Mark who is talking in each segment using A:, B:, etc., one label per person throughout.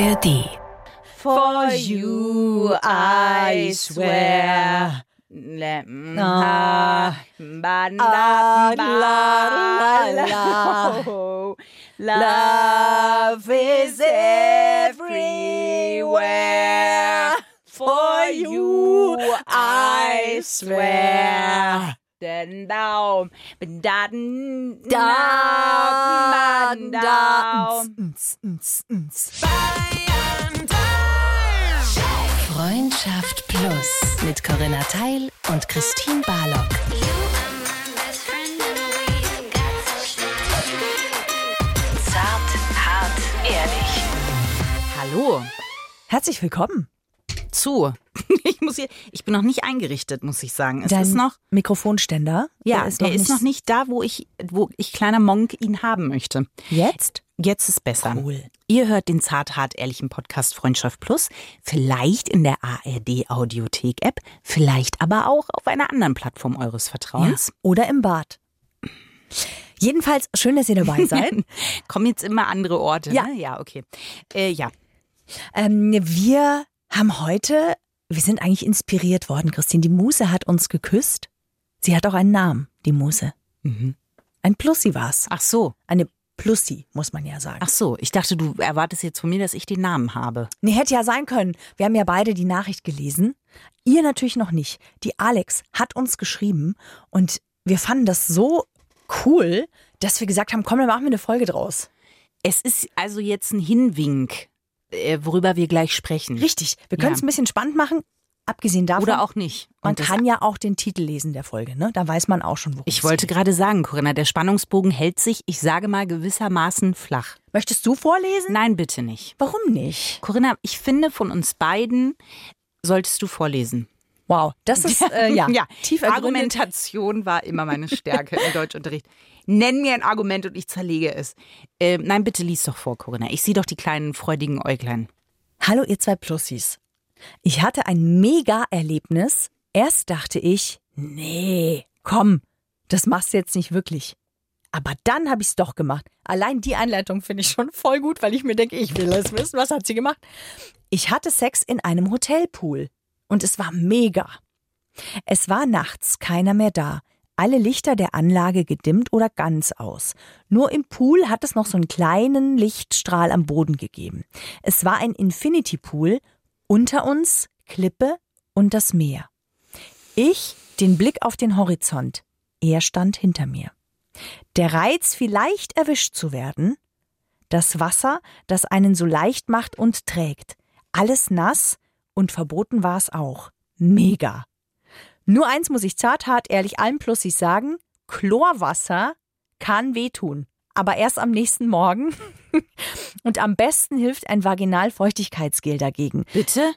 A: ARD.
B: For you I swear.
C: Ah.
B: Ah, la, la, la, la. Love is everywhere. For you I swear. Den Daum, dann
C: Da,
B: Daum,
C: da,
B: Daum.
C: ns, ns, ns, ns.
A: Freundschaft Plus mit Corinna Teil und Christine Barlock. Zart, hart, ehrlich.
B: Hallo.
C: Herzlich willkommen.
B: zu. Ich muss hier, ich bin noch nicht eingerichtet, muss ich sagen. Es
C: Dein
B: ist noch,
C: Mikrofonständer.
B: ja,
C: der
B: ist er ist noch nicht da, wo ich, wo ich kleiner Monk ihn haben möchte.
C: Jetzt?
B: Jetzt ist besser.
C: Cool.
B: Ihr hört den zart hart ehrlichen Podcast Freundschaft Plus, vielleicht in der ARD Audiothek App, vielleicht aber auch auf einer anderen Plattform eures Vertrauens.
C: Oder im Bad. Jedenfalls, schön, dass ihr dabei seid.
B: Kommen jetzt immer andere Orte.
C: Ja.
B: ne? ja, okay. Äh, ja,
C: Ähm, wir haben heute, wir sind eigentlich inspiriert worden, Christine. Die Muse hat uns geküsst. Sie hat auch einen Namen, die Muse.
B: Mhm.
C: Ein Plussi war's.
B: ach so,
C: Eine Plussi, muss man ja sagen.
B: ach so. Ich dachte, du erwartest jetzt von mir, dass ich den Namen habe.
C: Nee, hätte ja sein können. Wir haben ja beide die Nachricht gelesen. Ihr natürlich noch nicht. Die Alex hat uns geschrieben und wir fanden das so cool, dass wir gesagt haben, komm, dann machen wir eine Folge draus.
B: Es ist also jetzt ein Hinwink, äh, worüber wir gleich sprechen.
C: Richtig. Wir können es
B: Hm. Ja.
C: ein bisschen spannend machen, abgesehen davon.
B: Oder auch nicht.
C: man
B: Und das-
C: kann ja auch den Titel lesen der Folge, ne? Da weiß man auch schon, worum
B: Ich
C: es
B: wollte
C: geht.
B: gerade sagen, Corinna, der Spannungsbogen hält sich, ich sage mal, gewissermaßen flach.
C: Möchtest du vorlesen?
B: Nein, bitte nicht.
C: Warum nicht?
B: Corinna, ich finde, von uns beiden solltest du vorlesen.
C: Wow, das ist äh, ja,
B: ja.
C: tief ergründet.
B: Argumentation war immer meine Stärke im Deutschunterricht. Nenn mir ein Argument und ich zerlege es. Ähm, nein, bitte lies doch vor, Corinna. Ich sehe doch die kleinen freudigen Äuglein.
C: Hallo ihr zwei Plussis. Ich hatte ein mega Erlebnis. Erst dachte ich, nee, komm, das machst du jetzt nicht wirklich. Aber dann habe ich es doch gemacht. Allein die Einleitung finde ich schon voll gut, weil ich mir denke, ich will das wissen. Was hat sie gemacht? Ich hatte Sex in einem Hotelpool und es war mega. Es war nachts, keiner mehr da. Alle Lichter der Anlage gedimmt oder ganz aus. Nur im Pool hat es noch so einen kleinen Lichtstrahl am Boden gegeben. Es war ein Infinity Pool, unter uns Klippe und das Meer. Ich den Blick auf den Horizont. Er stand hinter mir. Der Reiz, vielleicht erwischt zu werden, das Wasser, das einen so leicht macht und trägt. Alles nass und verboten war es auch. Mega. Nur eins muss ich zart, hart, ehrlich allen Plussis sagen: Chlorwasser kann wehtun. Aber erst am nächsten Morgen. Und am besten hilft ein Vaginalfeuchtigkeitsgel dagegen.
B: Bitte?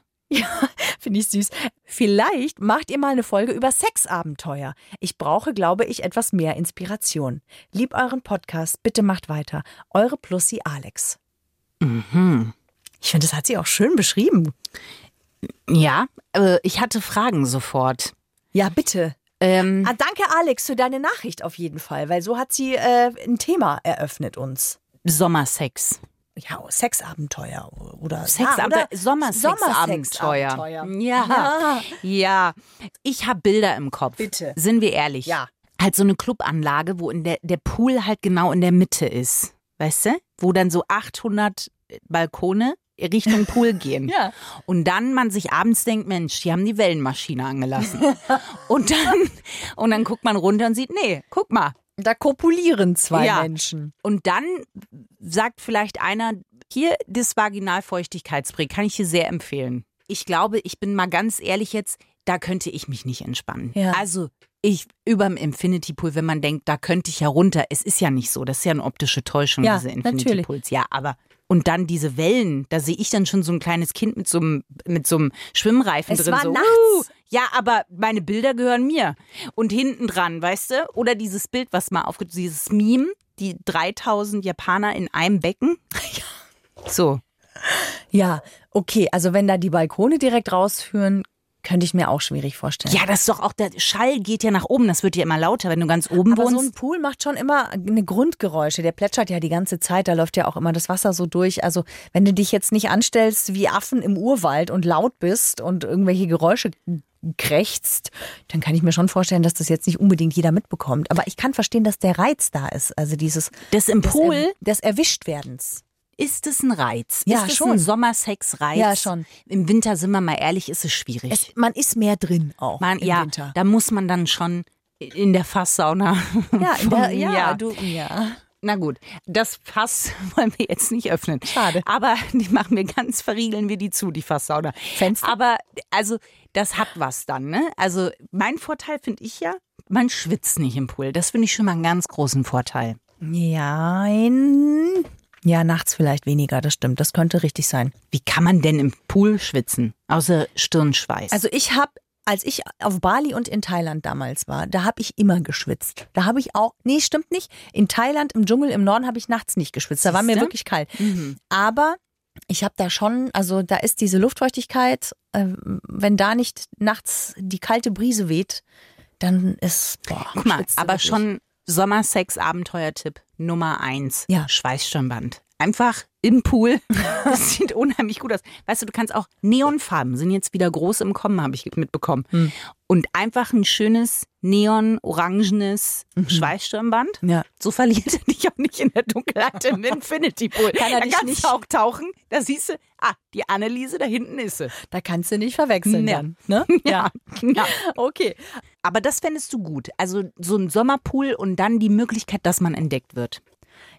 C: Finde ich süß. Vielleicht macht ihr mal eine Folge über Sexabenteuer. Ich brauche, glaube ich, etwas mehr Inspiration. Lieb euren Podcast. Bitte macht weiter. Eure Plussi Alex.
B: Mhm.
C: Ich finde, das hat sie auch schön beschrieben.
B: Ja, äh, ich hatte Fragen sofort.
C: Ja, bitte.
B: Ähm,
C: Ah, danke, Alex, für deine Nachricht auf jeden Fall, weil so hat sie äh, ein Thema eröffnet uns.
B: Sommersex.
C: Ja, oh, Sexabenteuer oder
B: Sexabenteuer,
C: Ah, oder
B: Sommersexabenteuer.
C: Sommersexabenteuer.
B: Ja. ja. Ich habe Bilder im Kopf.
C: Bitte.
B: Sind wir ehrlich?
C: Ja.
B: Halt so eine Clubanlage, wo in der, der Pool halt genau in der Mitte ist. Weißt du? Wo dann so 800 Balkone Richtung Pool gehen.
C: Ja.
B: Und dann man sich abends denkt, Mensch, die haben die Wellenmaschine angelassen. und dann und dann guckt man runter und sieht, nee, guck mal.
C: Da kopulieren zwei
B: Ja.
C: Menschen.
B: Und dann sagt vielleicht einer, hier das Vaginalfeuchtigkeitsspray kann ich hier sehr empfehlen. Ich glaube, ich bin mal ganz ehrlich jetzt, da könnte ich mich nicht entspannen.
C: Ja.
B: Also ich überm Infinity Pool, wenn man denkt, da könnte ich herunter. Es ist ja nicht so, das ist ja eine optische Täuschung,
C: Ja,
B: diese Infinity
C: natürlich.
B: Pools. Ja, aber und dann diese Wellen, da sehe ich dann schon so ein kleines Kind mit so einem, mit so einem Schwimmreifen
C: Es
B: drin.
C: war
B: so,
C: nachts.
B: "Uh, ja, aber meine Bilder gehören mir. Und hinten dran, weißt du? Oder dieses Bild, was mal aufge... Dieses Meme, die 3000 Japaner in einem Becken. So.
C: Ja, okay, also wenn da die Balkone direkt rausführen, Könnte ich mir auch schwierig vorstellen.
B: Ja, das ist doch auch, der Schall geht ja nach oben, das wird ja immer lauter, wenn du ganz oben
C: Aber so
B: wohnst.
C: ein Pool macht schon immer eine Grundgeräusche. Der plätschert ja die ganze Zeit, da läuft ja auch immer das Wasser so durch. Also wenn du dich jetzt nicht anstellst wie Affen im Urwald und laut bist und irgendwelche Geräusche krächzt, dann kann ich mir schon vorstellen, dass das jetzt nicht unbedingt jeder mitbekommt. Aber ich kann verstehen, dass der Reiz da ist. Also dieses
B: das im
C: des
B: Pool
C: Er- des Erwischtwerdens.
B: ist es ein Reiz.
C: Ja,
B: ist es
C: schon.
B: ein Sommersex-Reiz?
C: Ja, schon.
B: Im Winter, sind wir mal ehrlich, ist es schwierig.
C: Es, man ist mehr drin auch
B: man,
C: im
B: ja,
C: Winter.
B: da muss man dann schon in der Fasssauna.
C: Ja, in
B: vom
C: der, ja,
B: Jahr.
C: du, ja.
B: Na gut, das Fass wollen wir jetzt nicht öffnen.
C: Schade.
B: Aber die machen wir ganz, verriegeln wir die zu, die Fasssauna.
C: Fenster?
B: Aber also, das hat was dann, ne? Also, mein Vorteil finde ich ja, man schwitzt nicht im Pool. Das finde ich schon mal einen ganz großen Vorteil.
C: Ja, in, ja, nachts vielleicht weniger, das stimmt. Das könnte richtig sein.
B: Wie kann man denn im Pool schwitzen? Außer Stirnschweiß.
C: Also ich habe, als ich auf Bali und in Thailand damals war, da habe ich immer geschwitzt. Da habe ich auch, nee, stimmt nicht. In Thailand im Dschungel im Norden habe ich nachts nicht geschwitzt. Da war mir
B: Siehste?
C: wirklich kalt.
B: Mhm.
C: Aber ich habe da schon, also da ist diese Luftfeuchtigkeit, äh, wenn da nicht nachts die kalte Brise weht, dann ist, boah,
B: Guck mal,
C: schwitzt du
B: aber
C: wirklich.
B: schon Sommersex-Abenteuer-Tipp Nummer eins.
C: Ja.
B: Schweißstirnband. Einfach im Pool. Das sieht unheimlich gut aus. Weißt du, du kannst auch Neonfarben sind jetzt wieder groß im Kommen, habe ich mitbekommen.
C: Hm.
B: Und einfach ein schönes neon-orangenes
C: Mhm.
B: Schweißstirnband.
C: Ja.
B: So verliert er dich auch nicht in der Dunkelheit im Infinity Pool.
C: Kann er
B: da
C: dich
B: kannst
C: nicht-
B: du auch tauchen. Da siehst du, ah, die Anneliese, da hinten ist sie.
C: Da kannst du nicht verwechseln.
B: Nee.
C: Dann, ne?
B: ja.
C: Okay.
B: Aber das fändest du gut. Also so ein Sommerpool und dann die Möglichkeit, dass man entdeckt wird.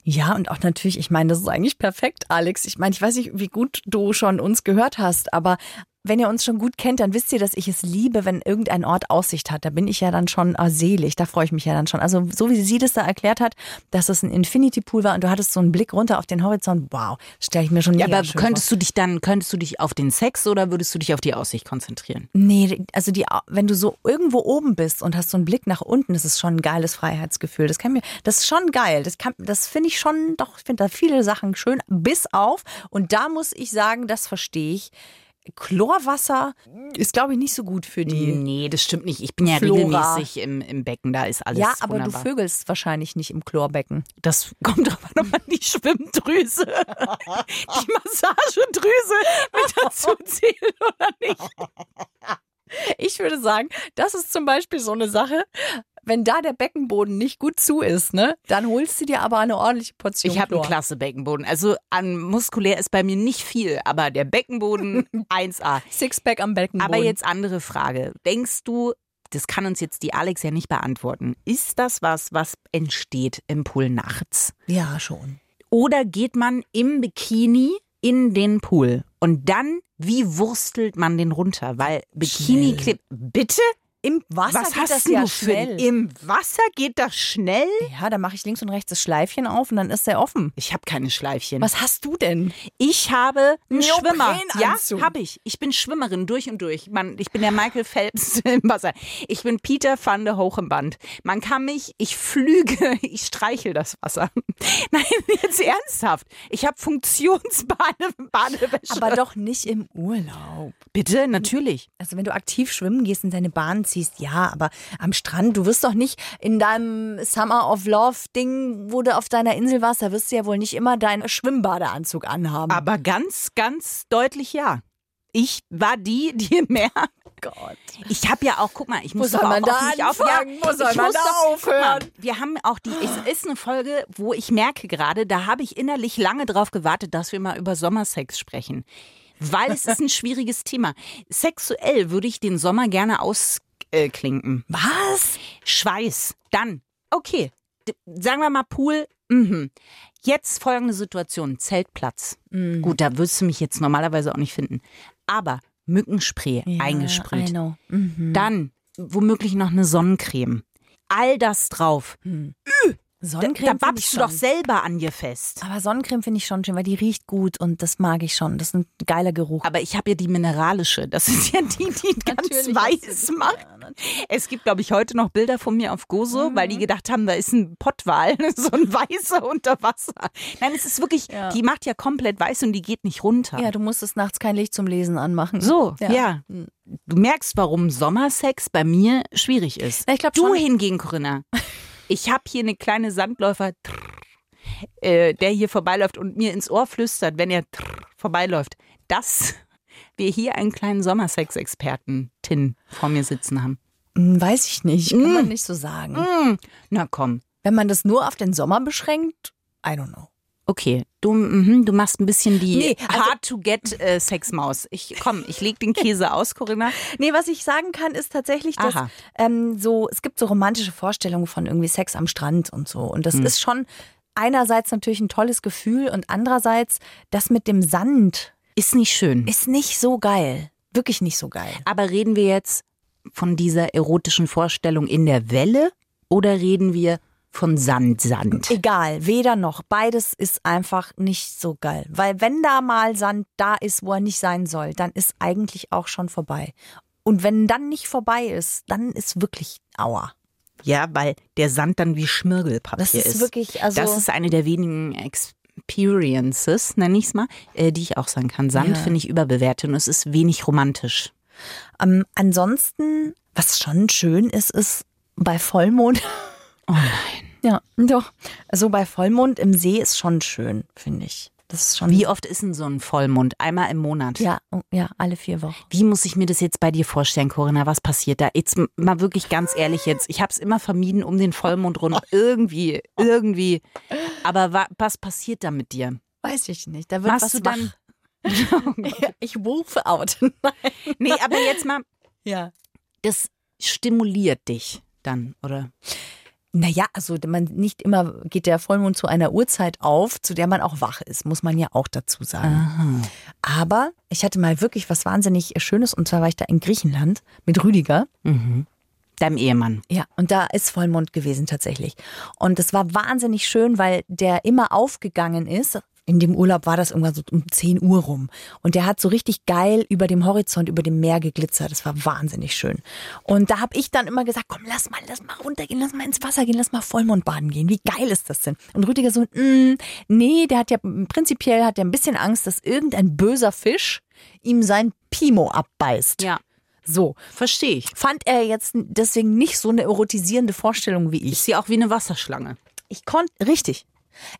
C: Ja, und auch natürlich, ich meine, das ist eigentlich perfekt, Alex. Ich meine, ich weiß nicht, wie gut du schon uns gehört hast, aber wenn ihr uns schon gut kennt, dann wisst ihr, dass ich es liebe, wenn irgendein Ort Aussicht hat. Da bin ich ja dann schon ah, selig, da freue ich mich ja dann schon. Also so wie sie das da erklärt hat, dass es ein Infinity Pool war und du hattest so einen Blick runter auf den Horizont, wow, stelle ich mir schon
B: Ja,
C: mega
B: aber
C: schön
B: könntest du dich dann, könntest du dich auf den Sex oder würdest du dich auf die Aussicht konzentrieren?
C: vor. Nee, also die, Au- wenn du so irgendwo oben bist und hast so einen Blick nach unten, das ist schon ein geiles Freiheitsgefühl. Das kann mir, das ist schon geil. Das kann, das finde ich schon, doch, ich finde da viele Sachen schön, bis auf. Und da muss ich sagen, das verstehe ich. Chlorwasser ist, glaube ich, nicht so gut für die.
B: Nee, das stimmt nicht. Ich bin ja
C: Flora.
B: regelmäßig im, im Becken, da ist alles
C: ja, aber
B: wunderbar.
C: du vögelst wahrscheinlich nicht im Chlorbecken.
B: das kommt drauf an, ob man die Schwimmdrüse, die Massagedrüse mit dazu zählt oder nicht.
C: Ich würde sagen, das ist zum Beispiel so eine Sache, wenn da der Beckenboden nicht gut zu ist, ne, dann holst du dir aber eine ordentliche Portion
B: Ich habe einen
C: Chlor.
B: klasse Beckenboden. Also an muskulär ist bei mir nicht viel, aber der Beckenboden 1A.
C: Sixpack am Beckenboden.
B: Aber jetzt andere Frage. Denkst du, das kann uns jetzt die Alex ja nicht beantworten. Ist das was, was entsteht im Pool nachts?
C: ja schon.
B: Oder geht man im Bikini in den Pool und dann, wie wurstelt man den runter? Weil Bikini
C: Schnell.
B: Bitte?
C: Im Wasser
B: was
C: geht
B: hast
C: das
B: du
C: ja
B: für-
C: schnell.
B: Im Wasser geht das schnell?
C: ja, da mache ich links und rechts das Schleifchen auf und dann ist der offen.
B: Ich habe keine Schleifchen.
C: Was hast du denn?
B: Ich habe einen Schwimmer. Ja,
C: Neoprenanzug.
B: habe ich. Ich bin Schwimmerin durch und durch. Man, ich bin der Michael Phelps im Wasser. Ich bin Peter van der Hoch im Band. Man kann mich, ich flüge, ich streichel das Wasser. Nein, jetzt ernsthaft. Ich habe Funktionsbadewäsche.
C: Aber doch nicht im Urlaub.
B: bitte, natürlich.
C: Also wenn du aktiv schwimmen gehst und deine Bahn ziehst, ja, aber am Strand, du wirst doch nicht in deinem Summer of Love Ding, wo du auf deiner Insel warst, da wirst du ja wohl nicht immer deinen Schwimmbadeanzug anhaben.
B: Aber ganz, ganz deutlich ja. Ich war die, die im Meer.
C: Gott.
B: Ich habe ja auch, guck mal, ich muss
C: soll
B: doch
C: man
B: auch
C: da
B: auf mich auf-
C: anfangen? Wo soll
B: ich
C: man
B: muss
C: da
B: doch- guck mal,
C: aufhören?
B: Wir haben auch die, es ist eine Folge, wo ich merke gerade, da habe ich innerlich lange drauf gewartet, dass wir mal über Sommersex sprechen. Weil es ist ein schwieriges Thema. Sexuell würde ich den Sommer gerne ausklinken.
C: Was?
B: Schweiß. Dann, okay, D sagen wir mal Pool. Mhm. Jetzt folgende Situation: Zeltplatz.
C: Mhm.
B: Gut, da wirst du mich jetzt normalerweise auch nicht finden. Aber Mückenspray eingesprüht.
C: I know. Mhm.
B: Dann womöglich noch eine Sonnencreme. All das drauf. Da,
C: Sonnencreme
B: da
C: find ich
B: babst du
C: schon.
B: doch selber an dir fest.
C: Aber Sonnencreme finde ich schon schön, weil die riecht gut und das mag ich schon. Das ist ein geiler Geruch.
B: Aber ich habe ja die mineralische. Das ist ja die, die ganz
C: Natürlich hast du
B: weiß macht. Es gibt, glaube ich, heute noch Bilder von mir auf Gozo,
C: Mhm.
B: weil die gedacht haben, da ist ein Pottwal, so ein weißer unter Wasser. Nein, es ist wirklich,
C: Ja.
B: die macht ja komplett weiß und die geht nicht runter.
C: Ja, du musstest nachts kein Licht zum Lesen anmachen.
B: So, ja.
C: Ja.
B: Du merkst, warum Sommersex bei mir schwierig ist.
C: Na, ich glaub
B: du
C: schon.
B: hingegen, Corinna. Ich habe hier eine kleine Sandläufer, äh, der hier vorbeiläuft und mir ins Ohr flüstert, wenn er vorbeiläuft, dass wir hier einen kleinen Sommersex-Experten Tin vor mir sitzen haben.
C: Hm, Weiß ich nicht, kann man nicht so sagen.
B: Mm, na komm,
C: Wenn man das nur auf den Sommer beschränkt, I don't know.
B: okay, du, mhm, du machst ein bisschen die
C: Nee, also-
B: Hard-to-get-Sex-Maus. äh, ich komm, ich leg den Käse aus, Corinna.
C: Nee, was ich sagen kann, ist tatsächlich, dass
B: Aha.
C: ähm, so, es gibt so romantische Vorstellungen von irgendwie Sex am Strand und so. Und das ist schon einerseits natürlich ein tolles Gefühl und andererseits, das mit dem Sand
B: Ist nicht schön.
C: ist nicht so geil. Wirklich nicht so geil.
B: Aber reden wir jetzt von dieser erotischen Vorstellung in der Welle oder reden wir von Sand, Sand?
C: Egal, weder noch. Beides ist einfach nicht so geil. Weil wenn da mal Sand da ist, wo er nicht sein soll, dann ist eigentlich auch schon vorbei. Und wenn dann nicht vorbei ist, dann ist wirklich Aua.
B: Ja, weil der Sand dann wie Schmirgelpapier
C: Das ist wirklich, also-
B: das ist eine der wenigen Experiences, nenne ich es mal, äh, die ich auch sagen kann. Sand
C: Ja.
B: finde ich überbewertet und es ist wenig romantisch.
C: Ähm, ansonsten, was schon schön ist, ist bei Vollmond.
B: Oh nein.
C: Ja, doch. So bei Vollmond im See ist schon schön, finde ich. Das ist schon.
B: Wie oft ist denn so ein Vollmond? Einmal im Monat.
C: Ja, oh, ja, alle vier Wochen.
B: Wie muss ich mir das jetzt bei dir vorstellen, Corinna? Was passiert da? Jetzt m- mal wirklich ganz ehrlich jetzt. Ich habe es immer vermieden um den Vollmond rum. Irgendwie, irgendwie. Aber wa was passiert da mit dir?
C: Weiß ich nicht. Da
B: Machst du dann?
C: ich rufe out.
B: Nee, aber jetzt mal,
C: ja.
B: das stimuliert dich dann, oder?
C: Naja, also man nicht immer geht der Vollmond zu einer Uhrzeit auf, zu der man auch wach ist, muss man ja auch dazu sagen.
B: Aha.
C: Aber ich hatte mal wirklich was wahnsinnig Schönes und zwar war ich da in Griechenland mit Rüdiger.
B: Mhm. Deinem Ehemann.
C: Ja, und da ist Vollmond gewesen tatsächlich. Und es war wahnsinnig schön, weil der immer aufgegangen ist. In dem Urlaub war das irgendwann so um 10 Uhr rum. Und der hat so richtig geil über dem Horizont, über dem Meer geglitzert. Das war wahnsinnig schön. Und da habe ich dann immer gesagt, komm, lass mal, lass mal runtergehen, lass mal ins Wasser gehen, lass mal Vollmond baden gehen. Wie geil ist das denn? Und Rüdiger so, mm, nee, der hat ja prinzipiell hat er ein bisschen Angst, dass irgendein böser Fisch ihm sein Pimo abbeißt.
B: Ja,
C: So
B: verstehe ich.
C: fand er jetzt deswegen nicht so eine erotisierende Vorstellung wie ich.
B: Ist sie auch wie eine Wasserschlange.
C: Ich konnte, richtig.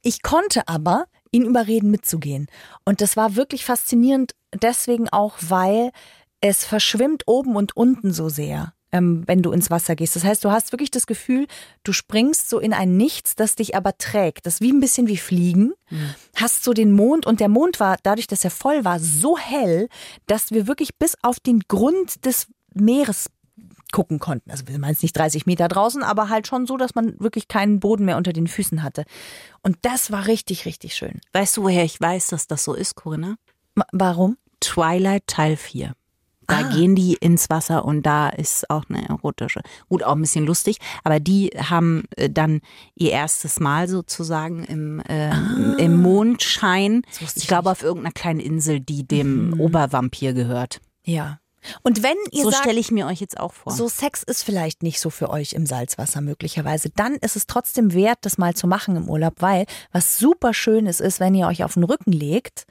C: Ich konnte aber ihn überreden mitzugehen. Und das war wirklich faszinierend, deswegen auch, weil es verschwimmt oben und unten so sehr, ähm, wenn du ins Wasser gehst. Das heißt, du hast wirklich das Gefühl, du springst so in ein Nichts, das dich aber trägt. Das ist wie ein bisschen wie Fliegen. Hast so den Mond und der Mond war, dadurch, dass er voll war, so hell, dass wir wirklich bis auf den Grund des Meeres gucken konnten. Also wir meinen es nicht 30 Meter draußen, aber halt schon so, dass man wirklich keinen Boden mehr unter den Füßen hatte. Und das war richtig, richtig schön.
B: Weißt du, woher ich weiß, dass das so ist, Corinna?
C: Ma- warum?
B: Twilight Teil 4. Da
C: Ah.
B: gehen die ins Wasser und da ist auch eine erotische. Gut, auch ein bisschen lustig, aber die haben äh, dann ihr erstes Mal sozusagen im, äh, im Mondschein.
C: Ah. wusste
B: ich
C: ich Mhm.
B: glaube, auf irgendeiner kleinen Insel, die dem Obervampir gehört.
C: Ja. Und wenn ihr
B: so
C: sagt,
B: stelle ich mir euch jetzt auch vor.
C: so Sex ist vielleicht nicht so für euch im Salzwasser möglicherweise, dann ist es trotzdem wert, das mal zu machen im Urlaub, weil was super schön ist, ist, wenn ihr euch auf den Rücken legt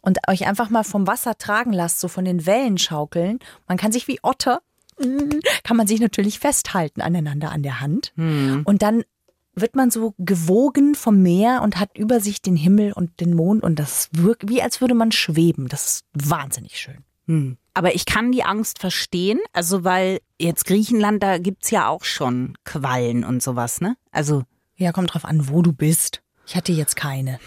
C: und euch einfach mal vom Wasser tragen lasst, so von den Wellen schaukeln. Man kann sich wie Otter, mm, kann man sich natürlich festhalten aneinander an der Hand. Und dann wird man so gewogen vom Meer und hat über sich den Himmel und den Mond und das wirkt wie als würde man schweben. Das ist wahnsinnig schön.
B: Hm. Aber ich kann die Angst verstehen, also weil jetzt Griechenland, da gibt's ja auch schon Quallen und sowas, ne? Also,
C: Ja, kommt drauf an, wo du bist. Ich hatte jetzt keine.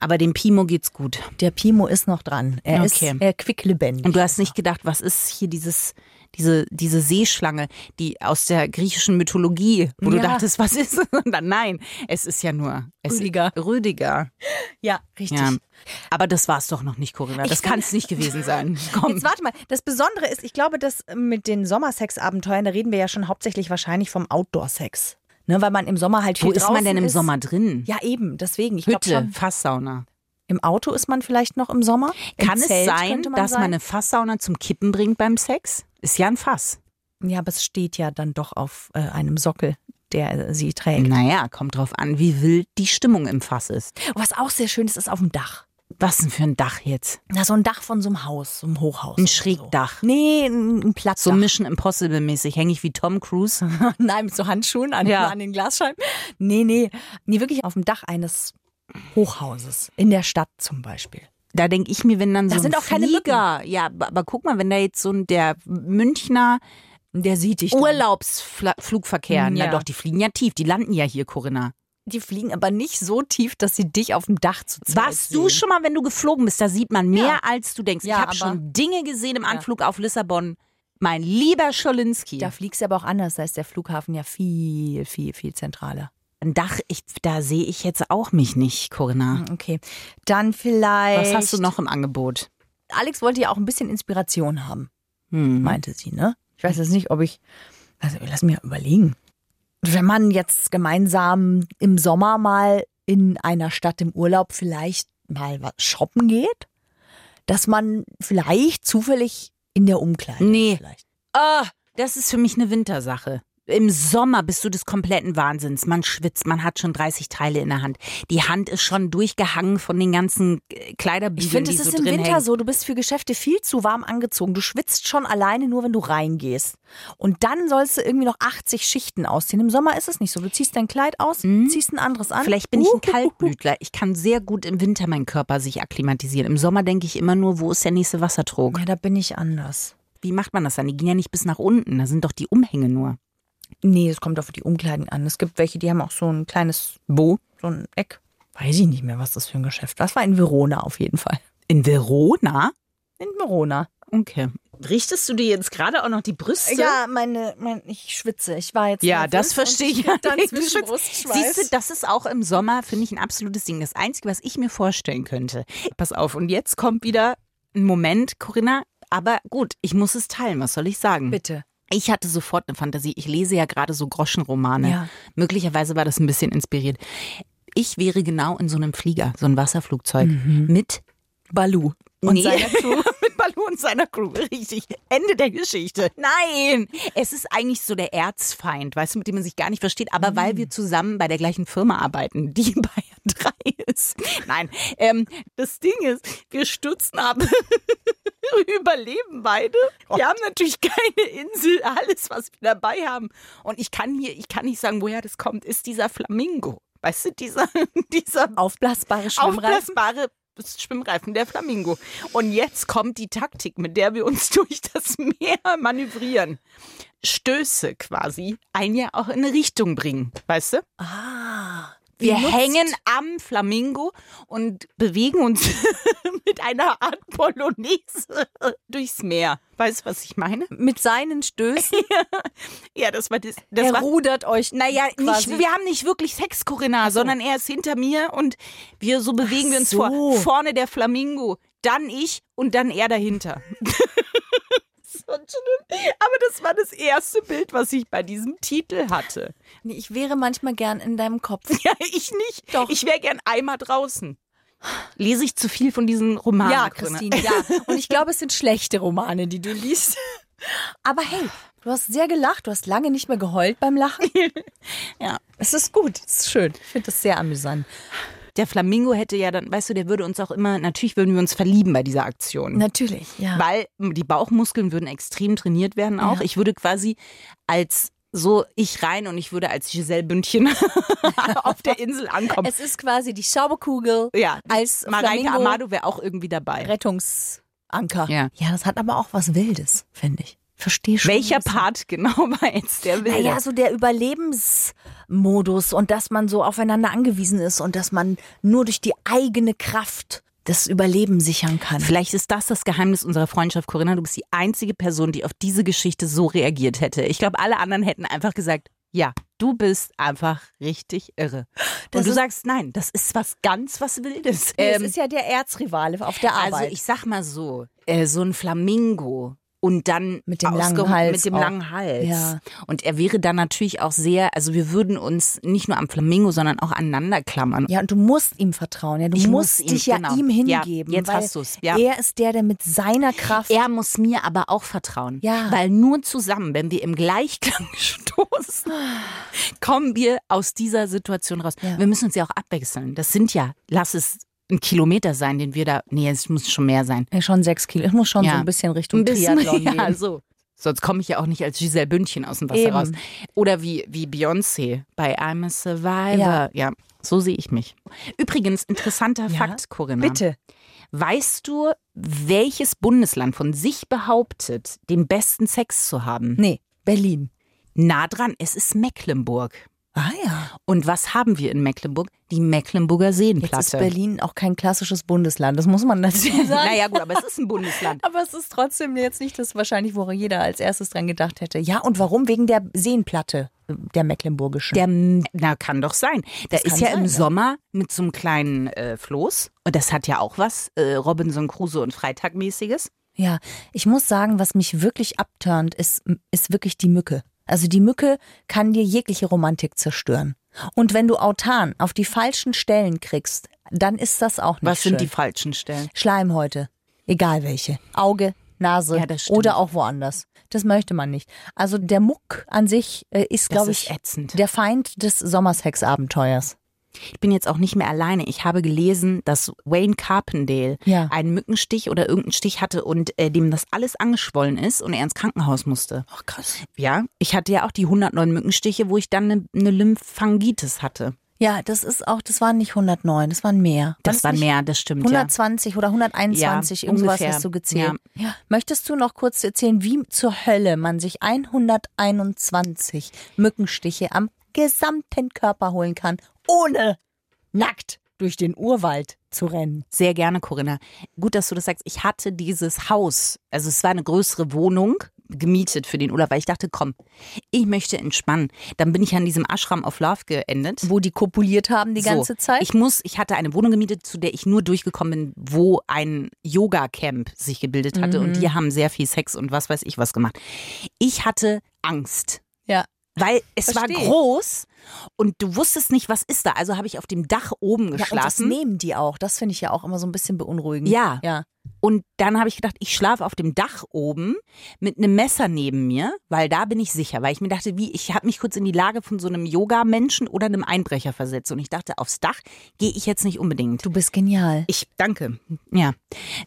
B: aber dem Pimo geht's gut.
C: Der Pimo ist noch dran. Er
B: Okay.
C: ist er quicklebendig.
B: Und du hast nicht gedacht, was ist hier dieses, diese, diese Seeschlange, die aus der griechischen Mythologie, wo du
C: Ja.
B: dachtest, was ist es? Und dann nein, es ist ja nur es
C: Rüdiger.
B: Rüdiger.
C: Ja, richtig.
B: Ja. Aber das war es doch noch nicht, Corinna. Das
C: finde-
B: kann es nicht gewesen sein. Komm.
C: Jetzt warte mal. Das Besondere ist, ich glaube, dass äh, mit den Sommersex-Abenteuern, da reden wir ja schon hauptsächlich wahrscheinlich vom Outdoor-Sex. Ne, weil man im Sommer halt viel
B: Wo ist man
C: draußen
B: denn im
C: ist.
B: Sommer drin?
C: Ja, eben. Deswegen. Ich glaube
B: Hütte,
C: schon,
B: Fasssauna.
C: im Auto ist man vielleicht noch im Sommer. Im
B: Kann es
C: Zelt
B: sein,
C: könnte
B: dass man
C: sein.
B: eine Fasssauna zum Kippen bringt beim Sex? Ist ja ein Fass.
C: Ja, aber es steht ja dann doch auf äh, einem Sockel, der äh, sie trägt.
B: Naja, kommt drauf an, wie wild die Stimmung im Fass ist.
C: Oh, Was auch sehr schön ist, ist auf dem Dach.
B: Was denn für ein Dach jetzt?
C: Na, so ein Dach von so einem Haus, so einem Hochhaus.
B: Ein
C: oder
B: Schrägdach.
C: So. Nee, ein, ein Plattdach.
B: So Mission Impossible mäßig, hänge ich wie Tom Cruise.
C: Nein, mit so Handschuhen an,
B: Ja.
C: an den Glasscheiben. Nee, nee. Nee, wirklich auf dem Dach eines Hochhauses. In der Stadt zum Beispiel.
B: Da denke ich mir, wenn dann
C: Da
B: so ein
C: sind auch keine Mücken.
B: Flieger, ja, aber aber guck mal, wenn da jetzt so ein der Münchner
C: Der sieht dich. Urlaub.
B: Urlaubsflugverkehr, na
C: Hm, Ja.
B: doch, die fliegen ja tief, die landen ja hier, Corinna.
C: Die fliegen aber nicht so tief, dass sie dich auf dem Dach zu zweit
B: Warst du
C: sehen.
B: schon mal, wenn du geflogen bist, da sieht man mehr,
C: Ja.
B: als du denkst.
C: Ja,
B: ich habe
C: aber-
B: schon Dinge gesehen im Anflug auf Lissabon. Mein lieber Scholinski.
C: Da fliegst du aber auch anders. Da ist der Flughafen ja viel, viel, viel zentraler.
B: Ein Dach, ich, da sehe ich jetzt auch mich nicht, Corinna.
C: Okay. Dann vielleicht.
B: Was hast du noch im Angebot?
C: Alex wollte ja auch ein bisschen Inspiration haben,
B: Hm.
C: meinte sie, ne? Ich weiß jetzt nicht, ob ich. Also, lass mir überlegen. Wenn man jetzt gemeinsam im Sommer mal in einer Stadt im Urlaub vielleicht mal was shoppen geht, dass man vielleicht zufällig in der Umkleide.
B: Nee.
C: Vielleicht.
B: Ah, das ist für mich eine Wintersache. Im Sommer bist du des kompletten Wahnsinns. Man schwitzt, man hat schon 30 Teile in der Hand. Die Hand ist schon durchgehangen von den ganzen äh, Kleiderbügeln,
C: Ich finde,
B: die
C: es ist
B: so
C: im
B: drin
C: Winter
B: hängen.
C: so, du bist für Geschäfte viel zu warm angezogen. Du schwitzt schon alleine nur, wenn du reingehst. Und dann sollst du irgendwie noch 80 Schichten ausziehen. Im Sommer ist es nicht so. Du ziehst dein Kleid aus, ziehst ein anderes an.
B: Mhm. Vielleicht bin ich ein
C: Uhuhu.
B: Kaltblütler. Ich kann sehr gut im Winter meinen Körper sich akklimatisieren. Im Sommer denke ich immer nur, wo ist der nächste Wassertrog?
C: Ja, da bin ich anders.
B: Wie macht man das dann? Die gehen ja nicht bis nach unten. Da sind doch die Umhänge nur.
C: Nee, es kommt auf die Umkleiden an. Es gibt welche, die haben auch so ein kleines Bo, so ein Eck. Weiß ich nicht mehr, was das für ein Geschäft war. Das war in Verona auf jeden Fall.
B: In Verona?
C: In Verona.
B: Okay. Richtest du dir jetzt gerade auch noch die Brüste?
C: Ja, meine, mein, ich schwitze. Ich war jetzt.
B: Ja,
C: nervös
B: das
C: und
B: verstehe ich.
C: krieg Dann
B: nicht.
C: zwischen
B: Siehst du, das ist auch im Sommer, finde ich, ein absolutes Ding. Das Einzige, was ich mir vorstellen könnte. Pass auf, und jetzt kommt wieder ein Moment, Corinna. Aber gut, ich muss es teilen. Was soll ich sagen?
C: Bitte.
B: Ich hatte sofort eine Fantasie. Ich lese ja gerade so Groschenromane.
C: Ja.
B: Möglicherweise war das ein bisschen inspiriert. Ich wäre genau in so einem Flieger, so einem Wasserflugzeug
C: Mhm.
B: mit
C: Balu. Und
B: Nee.
C: seiner Crew.
B: mit Balou und seiner Crew. Richtig. Ende der Geschichte. Nein! Es ist eigentlich so der Erzfeind, weißt du, mit dem man sich gar nicht versteht. Aber weil
C: Mhm.
B: wir zusammen bei der gleichen Firma arbeiten, die Bayern 3 ist. Nein, ähm, das Ding ist, wir stürzen ab. Überleben beide. Wir haben natürlich keine Insel, alles, was wir dabei haben. Und ich kann hier, ich kann nicht sagen, woher das kommt, ist dieser Flamingo. Weißt du, dieser, dieser
C: Aufblasbare Schwimmreifen.
B: aufblasbare Schwimmreifen der Flamingo. Und jetzt kommt die Taktik, mit der wir uns durch das Meer manövrieren. Stöße quasi ein Jahr auch in eine Richtung bringen, weißt du?
C: Ah.
B: Wir
C: Genutzt.
B: hängen am Flamingo und bewegen uns mit einer Art Polonaise durchs Meer. Weißt du, was ich meine?
C: mit seinen Stößen.
B: Ja, das war das. das
C: er
B: war,
C: rudert euch.
B: naja, nicht,
C: quasi.
B: wir haben nicht wirklich Sex, Corinna, sondern er ist hinter mir und wir so bewegen wir uns
C: so.
B: vor. Vorne der Flamingo, dann ich und dann er dahinter. So schlimm. Aber das war das erste Bild, was ich bei diesem Titel hatte.
C: Nee, Ich wäre manchmal gern in deinem Kopf.
B: Ja, ich nicht.
C: Doch.
B: Ich wäre gern einmal draußen. Lese ich zu viel von diesen Romanen?
C: ja,
B: Corinna?
C: Christine, ja. Und ich glaube, es sind schlechte Romane, die du liest. Aber hey, du hast sehr gelacht. Du hast lange nicht mehr geheult beim Lachen.
B: Ja.
C: Es ist gut. Es ist schön. Ich finde das sehr amüsant.
B: Der Flamingo hätte ja dann, weißt du, der würde uns auch immer, natürlich würden wir uns verlieben bei dieser Aktion.
C: Natürlich, ja.
B: weil m, die Bauchmuskeln würden extrem trainiert werden auch.
C: Ja.
B: Ich würde quasi als so ich rein und ich würde als Giselle Bündchen auf der Insel ankommen.
C: Es ist quasi die Schaubekugel
B: ja,
C: als
B: Mareike
C: Flamingo
B: Amado wäre auch irgendwie dabei.
C: Rettungsanker.
B: Ja.
C: ja, das hat aber auch was Wildes, finde ich. Verstehe schon.
B: Welcher
C: was du
B: Part genau war jetzt der Wilde?
C: Naja, so der Überlebensmodus und dass man so aufeinander angewiesen ist und dass man nur durch die eigene Kraft das Überleben sichern kann.
B: Vielleicht ist das das Geheimnis unserer Freundschaft, Corinna. Du bist die einzige Person, die auf diese Geschichte so reagiert hätte. Ich glaube, alle anderen hätten einfach gesagt, ja, du bist einfach richtig irre.
C: Das
B: Und du
C: ist-
B: sagst, nein, das ist was ganz was Wildes.
C: Nee,
B: Ähm,
C: es ist ja der Erzrivale auf der Arbeit.
B: Also ich sag mal so, äh, so ein Flamingo und dann
C: Mit dem langen
B: ausgehoben-
C: Hals
B: Mit dem
C: auch.
B: langen Hals.
C: Ja.
B: Und er wäre dann natürlich auch sehr, also wir würden uns nicht nur am Flamingo, sondern auch aneinander klammern.
C: Ja, und du musst ihm vertrauen. Ja, du
B: Ich
C: musst
B: muss ihm-
C: dich ja
B: genau.
C: ihm
B: Ja,
C: hingeben.
B: jetzt
C: weil
B: hast du's, ja.
C: Er ist der, der mit seiner Kraft.
B: Er muss mir aber auch vertrauen.
C: Ja.
B: Weil nur zusammen, wenn wir im Gleichklang stoßen, kommen wir aus dieser Situation raus.
C: Ja.
B: Wir müssen uns ja auch abwechseln. Das sind ja, lass es ein Kilometer sein, den wir da. Nee, es muss schon mehr sein.
C: Ja, schon sechs Kilo. Ich muss schon
B: Ja.
C: so ein bisschen Richtung Triathlon
B: ja,
C: gehen.
B: so. Sonst komme ich ja auch nicht als Giselle Bündchen aus dem Wasser
C: Eben.
B: raus. Oder wie, wie Beyoncé bei I'm a Survivor. Ja. so sehe ich mich. Übrigens, interessanter
C: Ja.
B: Fakt, Corinna.
C: Bitte.
B: Weißt du, welches Bundesland von sich behauptet, den besten Sex zu haben?
C: Nee, Berlin.
B: Nah dran, es ist Mecklenburg.
C: Ah ja.
B: Und was haben wir in Mecklenburg? Die Mecklenburger
C: Jetzt
B: Seenplatte.
C: ist Berlin auch kein klassisches Bundesland. Das muss man dazu sagen.
B: Naja, gut, aber es ist ein Bundesland.
C: Aber es ist trotzdem jetzt nicht das wahrscheinlich, wo jeder als erstes dran gedacht hätte. Ja, und warum? Wegen der Seenplatte äh, der mecklenburgischen.
B: Der, na, kann doch sein. Da
C: Das
B: ist
C: kann
B: ja
C: sein,
B: im
C: ne?
B: Sommer mit so einem kleinen äh, Floß. Und das hat ja auch was äh, Robinson Crusoe und Freitagmäßiges.
C: ja, ich muss sagen, was mich wirklich abturnt, ist, ist wirklich die Mücke. Also die Mücke kann dir jegliche Romantik zerstören. Und wenn du autan auf die falschen Stellen kriegst, dann ist das auch nicht
B: Was
C: schön.
B: sind die falschen Stellen?
C: Schleimhäute, egal welche. Auge, Nase
B: Ja, das stimmt.
C: oder auch woanders. Das möchte man nicht. Also der Muck an sich äh, ist,
B: Das
C: glaube
B: ist
C: ich,
B: ätzend.
C: der Feind des Sommersex-Abenteuers.
B: ich bin jetzt auch nicht mehr alleine. Ich habe gelesen, dass Wayne Carpendale
C: Ja.
B: einen Mückenstich oder irgendeinen Stich hatte und äh, dem das alles angeschwollen ist und er ins Krankenhaus musste.
C: Ach krass.
B: Ja, ich hatte ja auch die 109 Mückenstiche, wo ich dann eine, eine Lymphangitis hatte.
C: Ja, das ist auch, das waren nicht 109, das waren mehr. Waren
B: Das war
C: es nicht
B: mehr, das stimmt. ja.
C: 120 oder 121,
B: Ja,
C: irgendwas
B: ungefähr.
C: hast du gezählt. Möchtest du noch kurz erzählen, wie zur Hölle man sich 121 Mückenstiche am gesamten Körper holen kann, ohne nackt durch den Urwald zu rennen?
B: Sehr gerne, Corinna. Gut, dass du das sagst. Ich hatte dieses Haus, also es war eine größere Wohnung gemietet für den Urlaub, weil ich dachte, komm, ich möchte entspannen. Dann bin ich an diesem Ashram of Love geendet.
C: Wo die kopuliert haben die
B: So,
C: ganze Zeit?
B: Ich muss, ich hatte eine Wohnung gemietet, zu der ich nur durchgekommen bin, wo ein Yoga-Camp sich gebildet hatte und
C: Mhm.
B: die haben sehr viel Sex und was weiß ich was gemacht. Ich hatte Angst.
C: ja.
B: Weil es
C: Versteh.
B: war groß und du wusstest nicht, was ist da. Also habe ich auf dem Dach oben
C: ja, und das
B: geschlafen.
C: nehmen die auch. Das finde ich ja auch immer so ein bisschen beunruhigend.
B: Ja.
C: Ja.
B: Und dann habe ich gedacht, ich schlafe auf dem Dach oben mit einem Messer neben mir, weil da bin ich sicher. Weil ich mir dachte, wie, ich habe mich kurz in die Lage von so einem Yoga-Menschen oder einem Einbrecher versetzt. Und ich dachte, aufs Dach gehe ich jetzt nicht unbedingt.
C: Du bist genial.
B: Ich danke. Ja.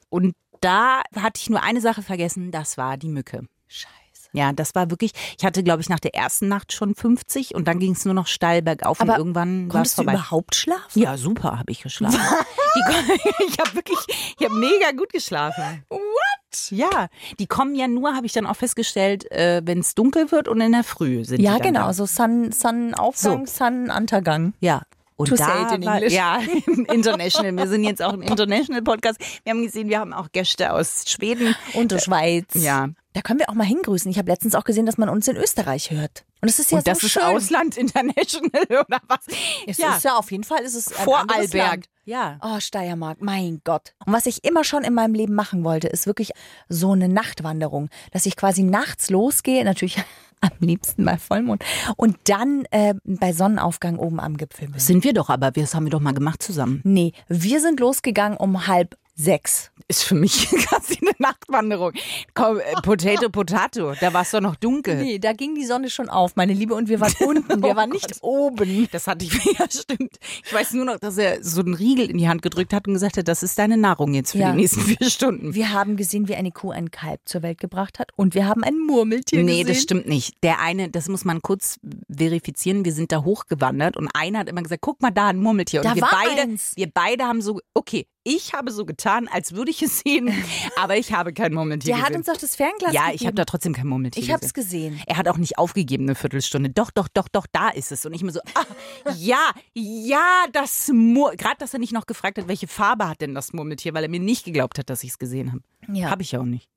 B: Und da hatte ich nur eine Sache vergessen, das war die Mücke.
C: Scheiße.
B: Ja, das war wirklich, ich hatte, glaube ich, nach der ersten Nacht schon 50 und dann ging es nur noch steil bergauf
C: Aber
B: und irgendwann war es
C: Konntest du
B: vorbei.
C: überhaupt schlafen?
B: Ja, super habe ich geschlafen. Die, ko- ich habe wirklich, ich habe mega gut geschlafen. What? Ja, die kommen ja nur, habe ich dann auch festgestellt, äh, wenn es dunkel wird und in der Früh sind.
C: Ja,
B: die dann
C: genau.
B: Da.
C: So Sun, Sun Aufgang, Sun Untergang.
B: Ja. Und
C: To
B: da
C: say it in
B: war,
C: English.
B: ja, im International. Wir sind jetzt auch im International Podcast. Wir haben gesehen, wir haben auch Gäste aus Schweden.
C: Und der Schweiz.
B: Ja.
C: Da können wir auch mal hingrüßen. Ich habe letztens auch gesehen, dass man uns in Österreich hört. Und es ist ja
B: Und das
C: so
B: ist
C: schön.
B: Ausland International oder was?
C: Es ist ja auf jeden Fall es ist ein
B: vor
C: anderes
B: Alberg.
C: Land.
B: Ja.
C: Oh, Steiermark, mein Gott. Und was ich immer schon in meinem Leben machen wollte, ist wirklich so eine Nachtwanderung, dass ich quasi nachts losgehe, natürlich am liebsten bei Vollmond, und dann äh, bei Sonnenaufgang oben am Gipfel bin.
B: Sind wir doch, aber wir- das haben wir doch mal gemacht zusammen.
C: Nee, wir sind losgegangen um halb sechs.
B: Ist für mich quasi eine Nachtwanderung. Komm, äh, Potato, Potato, da war es doch noch dunkel.
C: Nee, da ging die Sonne schon auf, meine Liebe, und wir waren unten, wir waren nicht oben.
B: Das hatte ich, ja stimmt. Ich weiß nur noch, dass er so einen Riegel in die Hand gedrückt hat und gesagt hat, das ist deine Nahrung jetzt für
C: Ja.
B: die nächsten vier Stunden.
C: Wir haben gesehen, wie eine Kuh ein Kalb zur Welt gebracht hat und wir haben ein Murmeltier
B: Nee,
C: gesehen.
B: das stimmt nicht. Der eine, das muss man kurz verifizieren, wir sind da hochgewandert und einer hat immer gesagt, guck mal da, ein Murmeltier. Und
C: Da
B: wir
C: war
B: beide,
C: eins.
B: wir beide haben so, okay, ich habe so getan, als würde ich es sehen, aber ich habe kein Murmeltier
C: Der hat
B: gesehen.
C: uns doch das Fernglas
B: ja,
C: gegeben.
B: ich habe da trotzdem kein Murmeltier
C: Ich
B: gesehen.
C: hab's gesehen.
B: Er hat auch nicht aufgegeben eine Viertelstunde. Doch, doch, doch, doch, da ist es. Und ich immer so, ah, ja, ja, das Murmeltier. Gerade, dass er nicht noch gefragt hat, welche Farbe hat denn das Murmeltier, weil er mir nicht geglaubt hat, dass ich es gesehen habe.
C: Ja.
B: Habe ich ja auch nicht.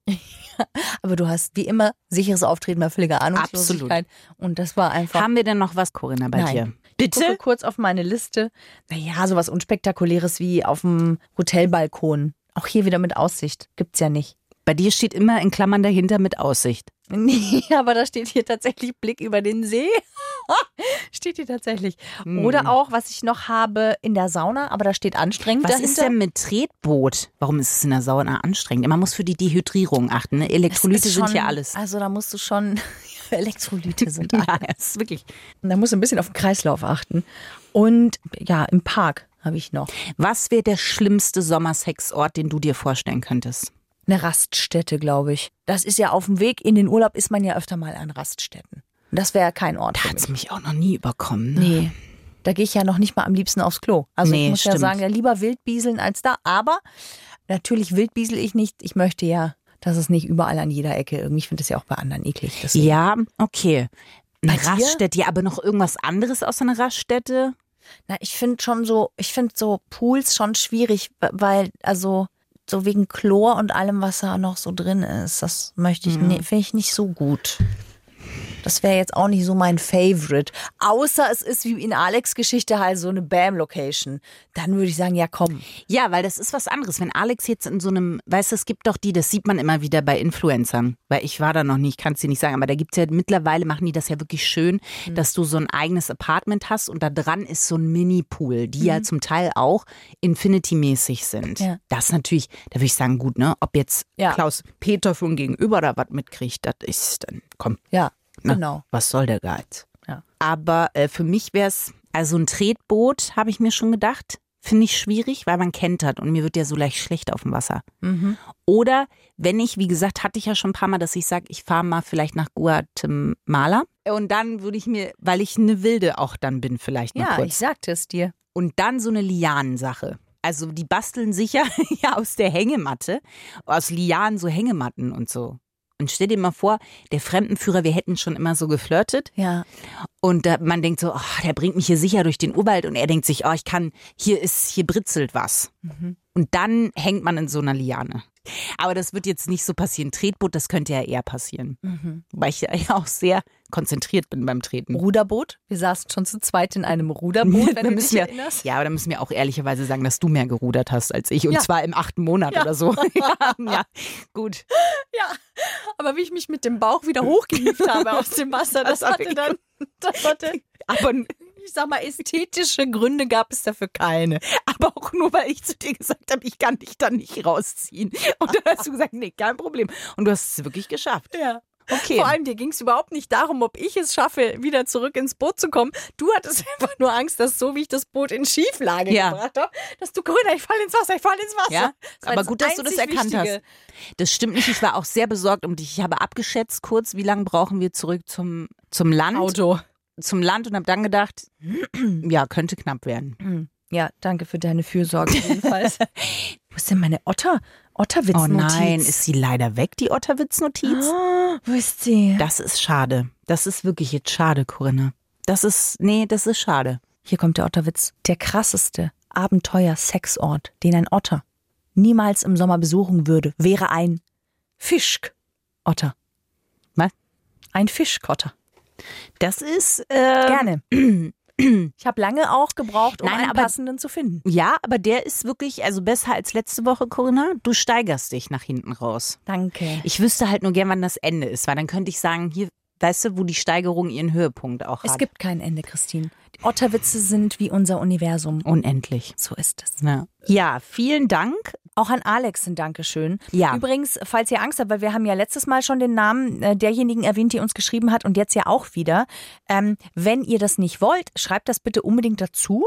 C: Aber du hast wie immer sicheres Auftreten bei völliger Ahnungslosigkeit. Und das war einfach.
B: Haben wir denn noch was, Corinna, bei
C: Nein.
B: dir?
C: Ich gucke kurz auf meine Liste. Naja, sowas Unspektakuläres wie auf dem Hotelbalkon. Auch hier wieder mit Aussicht. Gibt's ja nicht.
B: Bei dir steht immer in Klammern dahinter mit Aussicht.
C: Nee, aber da steht hier tatsächlich Blick über den See. steht hier tatsächlich.
B: Hm.
C: Oder auch, was ich noch habe in der Sauna, aber da steht anstrengend
B: Was
C: dahinter.
B: ist denn mit Tretboot? Warum ist es in der Sauna anstrengend? Man muss für die Dehydrierung achten. Ne?
C: Das
B: Elektrolyte
C: ist
B: sind
C: schon-
B: ja alles.
C: Also da musst du schon Elektrolyte sind alles.
B: Ja, es ist wirklich.
C: Da musst du ein bisschen auf den Kreislauf achten. Und ja, im Park habe ich noch
B: Was wäre der schlimmste Sommersexort, den du dir vorstellen könntest?
C: eine Raststätte, glaube ich. Das ist ja auf dem Weg in den Urlaub ist man ja öfter mal an Raststätten. Und das wäre ja kein Ort. Für
B: Hat
C: mich.
B: es mich auch noch nie überkommen. Ne?
C: Nee. Da gehe ich ja noch nicht mal am liebsten aufs Klo. Also
B: Nee,
C: ich muss ja
B: stimmt.
C: sagen, ja, lieber wildbieseln als da. Aber natürlich wildbiesel ich nicht. Ich möchte ja, dass es nicht überall an jeder Ecke irgendwie. Ich finde es ja auch bei anderen eklig. Deswegen.
B: Ja, okay. Eine
C: dir?
B: Raststätte, ja, aber noch irgendwas anderes aus einer Raststätte?
C: Na, ich finde schon so, ich finde so Pools schon schwierig, weil, also, so wegen Chlor und allem, was da noch so drin ist, das möchte
B: Mhm.
C: ich, nee, finde ich nicht so gut. Das wäre jetzt auch nicht so mein Favorite. Außer es ist wie in Alex Geschichte halt so eine Bam-Location. Dann würde ich sagen, ja komm.
B: Ja, weil das ist was anderes. Wenn Alex jetzt in so einem, weißt du, es gibt doch die, das sieht man immer wieder bei Influencern, weil ich war da noch nicht, kann es dir nicht sagen, aber da gibt's ja mittlerweile, machen die das ja wirklich schön,
C: Mhm.
B: dass du so ein eigenes Apartment hast und da dran ist so ein Mini-Pool, die ja zum Teil auch Infinity-mäßig sind.
C: Mhm. Ja.
B: Das natürlich, da würde ich sagen, gut, ne? Ob jetzt
C: Ja.
B: Klaus Peter von gegenüber da was mitkriegt, das ist dann, komm,
C: Ja,
B: Na,
C: genau.
B: Was soll der Geiz?
C: Ja.
B: Aber äh, für mich wäre es, also ein Tretboot, habe ich mir schon gedacht, finde ich schwierig, weil man kentert und mir wird ja so leicht schlecht auf dem Wasser.
C: Mhm.
B: Oder wenn ich, wie gesagt, hatte ich ja schon ein paar Mal, dass ich sage, ich fahre mal vielleicht nach Guatemala. Und dann würde ich mir, weil ich eine Wilde auch dann bin, vielleicht noch
C: Ja,
B: kurz.
C: ich sagte es dir.
B: Und dann so eine Lianensache. Also die basteln sicher ja aus der Hängematte, aus Lianen so Hängematten und so. Und stell dir mal vor, der Fremdenführer, wir hätten schon immer so geflirtet
C: Ja.
B: und da, man denkt so, oh, der bringt mich hier sicher durch den Urwald und er denkt sich, oh, ich kann, hier ist, hier britzelt was.
C: Mhm.
B: Und dann hängt man in so einer Liane. Aber das wird jetzt nicht so passieren. Tretboot, das könnte ja eher passieren.
C: Mhm.
B: Weil ich ja auch sehr konzentriert bin beim Treten.
C: Ruderboot. Wir saßen schon zu zweit in einem Ruderboot, Oh, wenn
B: Da
C: du dich
B: müssen wir-
C: erinnerst.
B: Ja, aber da müssen wir auch ehrlicherweise sagen, dass du mehr gerudert hast als ich. Und
C: Ja.
B: zwar im achten Monat
C: Ja.
B: oder so. ja, ja, gut.
C: Ja, aber wie ich mich mit dem Bauch wieder hochgehieft habe aus dem Wasser, das
B: Das hab
C: hatte
B: ich
C: dann, das hatte,
B: Aber,
C: ich sag mal, ästhetische Gründe gab es dafür keine.
B: aber auch nur, weil ich zu dir gesagt habe, ich kann dich da nicht rausziehen. Und dann hast du gesagt, nee, kein Problem. Und du hast es wirklich geschafft.
C: Ja.
B: Okay.
C: Vor allem, dir ging es überhaupt nicht darum, ob ich es schaffe, wieder zurück ins Boot zu kommen. Du hattest einfach nur Angst, dass so wie ich das Boot in Schieflage
B: Ja.
C: gebracht habe, dass du grüner, ich falle ins Wasser, ich falle ins Wasser.
B: Ja,
C: Das war
B: aber gut, dass du das
C: einzig
B: erkannt
C: Wichtige.
B: hast. Das stimmt nicht. Ich war auch sehr besorgt um dich. Ich habe abgeschätzt kurz, wie lange brauchen wir zurück zum, zum Land.
C: Auto.
B: Zum Land und habe dann gedacht, ja, könnte knapp werden.
C: Ja, danke für deine Fürsorge jedenfalls. Wo ist denn meine Otter? Otterwitz
B: Oh nein, ist sie leider weg, die Otterwitz-Notiz?
C: Ah. Wo ist sie?
B: Das ist schade. Das ist wirklich jetzt schade, Corinna. Das ist, nee, das ist schade.
C: Hier kommt der Otterwitz. Der krasseste Abenteuer-Sexort, den ein Otter niemals im Sommer besuchen würde, wäre ein Fischkotter.
B: Was?
C: Ein Fischkotter.
B: Das ist, äh,
C: Gerne. Ähm. Ich habe lange auch gebraucht, um
B: Nein,
C: einen
B: aber-
C: passenden zu finden.
B: ja, aber der ist wirklich, also besser als letzte Woche, Corinna. Du steigerst dich nach hinten raus.
C: Danke.
B: Ich wüsste halt nur gern, wann das Ende ist, weil dann könnte ich sagen, hier, weißt du, wo die Steigerung ihren Höhepunkt auch
C: Es
B: hat.
C: gibt kein Ende, Christine. Die Otterwitze sind wie unser Universum.
B: Unendlich.
C: So ist es.
B: Ja. ja, vielen Dank.
C: Auch an Alex ein Dankeschön.
B: Ja.
C: Übrigens, falls ihr Angst habt, weil wir haben ja letztes Mal schon den Namen äh, derjenigen erwähnt, die uns geschrieben hat und jetzt ja auch wieder. Ähm, wenn ihr das nicht wollt, schreibt das bitte unbedingt dazu.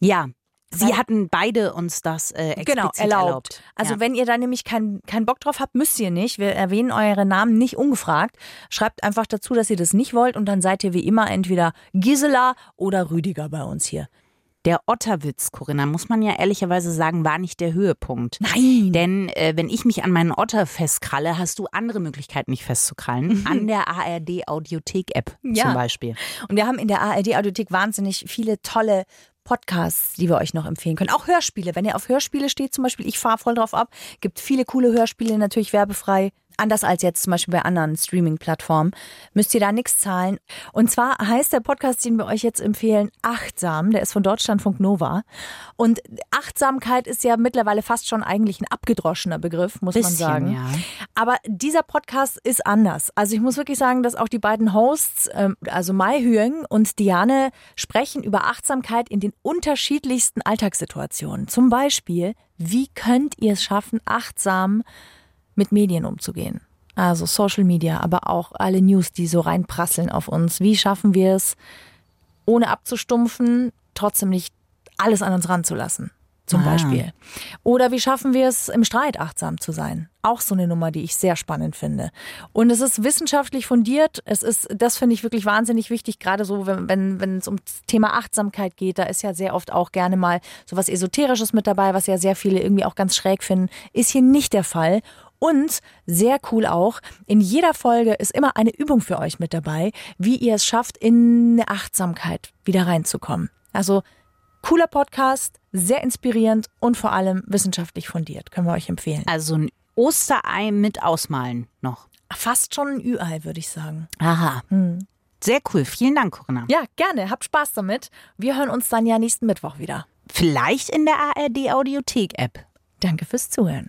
B: Ja, Sie
C: Weil- Genau,
B: hatten beide uns das äh, explizit erlaubt.
C: Also
B: ja.
C: wenn ihr da nämlich keinen keinen Bock drauf habt, müsst ihr nicht. Wir erwähnen eure Namen nicht ungefragt. Schreibt einfach dazu, dass ihr das nicht wollt und dann seid ihr wie immer entweder Gisela oder Rüdiger bei uns hier.
B: Der Otterwitz, Corinna, muss man ja ehrlicherweise sagen, war nicht der Höhepunkt.
C: Nein.
B: Denn äh, wenn ich mich an meinen Otter festkralle, hast du andere Möglichkeiten, mich festzukrallen. An der ARD Audiothek App
C: Mhm. Ja.
B: zum Beispiel.
C: Und wir haben in der ARD-Audiothek wahnsinnig viele tolle Podcasts, die wir euch noch empfehlen können. Auch Hörspiele. Wenn ihr auf Hörspiele steht, zum Beispiel, ich fahre voll drauf ab, gibt viele coole Hörspiele, natürlich werbefrei. Anders als jetzt zum Beispiel bei anderen Streaming-Plattformen. Müsst ihr da nichts zahlen. Und zwar heißt der Podcast, den wir euch jetzt empfehlen, Achtsam. Der ist von Deutschlandfunk Nova. Und Achtsamkeit ist ja mittlerweile fast schon eigentlich ein abgedroschener Begriff, muss
B: Bisschen,
C: man sagen.
B: ja.
C: Mhm. Aber dieser Podcast ist anders. Also ich muss wirklich sagen, dass auch die beiden Hosts, ähm, also Mai Hüeng und Diane, sprechen über Achtsamkeit in den unterschiedlichsten Alltagssituationen. Zum Beispiel, wie könnt ihr es schaffen, achtsam mit Medien umzugehen? Also Social Media, aber auch alle News, die so reinprasseln auf uns. Wie schaffen wir es, ohne abzustumpfen, trotzdem nicht alles an uns ranzulassen, zum Beispiel. Oder wie schaffen wir es, im Streit achtsam zu sein? Auch so eine Nummer, die ich sehr spannend finde. Und es ist wissenschaftlich fundiert. Es ist, das finde ich wirklich wahnsinnig wichtig, gerade so, wenn, wenn, wenn es um das Thema Achtsamkeit geht, da ist ja sehr oft auch gerne mal sowas Esoterisches mit dabei, was ja sehr viele irgendwie auch ganz schräg finden. Ist hier nicht der Fall. Und sehr cool auch, in jeder Folge ist immer eine Übung für euch mit dabei, wie ihr es schafft, in eine Achtsamkeit wieder reinzukommen. Also cooler Podcast, sehr inspirierend und vor allem wissenschaftlich fundiert. Können wir euch empfehlen.
B: Also ein Osterei mit Ausmalen noch.
C: Fast schon ein Ü-Ei, würde ich sagen.
B: Aha. Sehr cool. Vielen Dank, Corinna.
C: Ja, gerne. Habt Spaß damit. Wir hören uns dann ja nächsten Mittwoch wieder.
B: Vielleicht in der ARD Audiothek App.
C: Danke fürs Zuhören.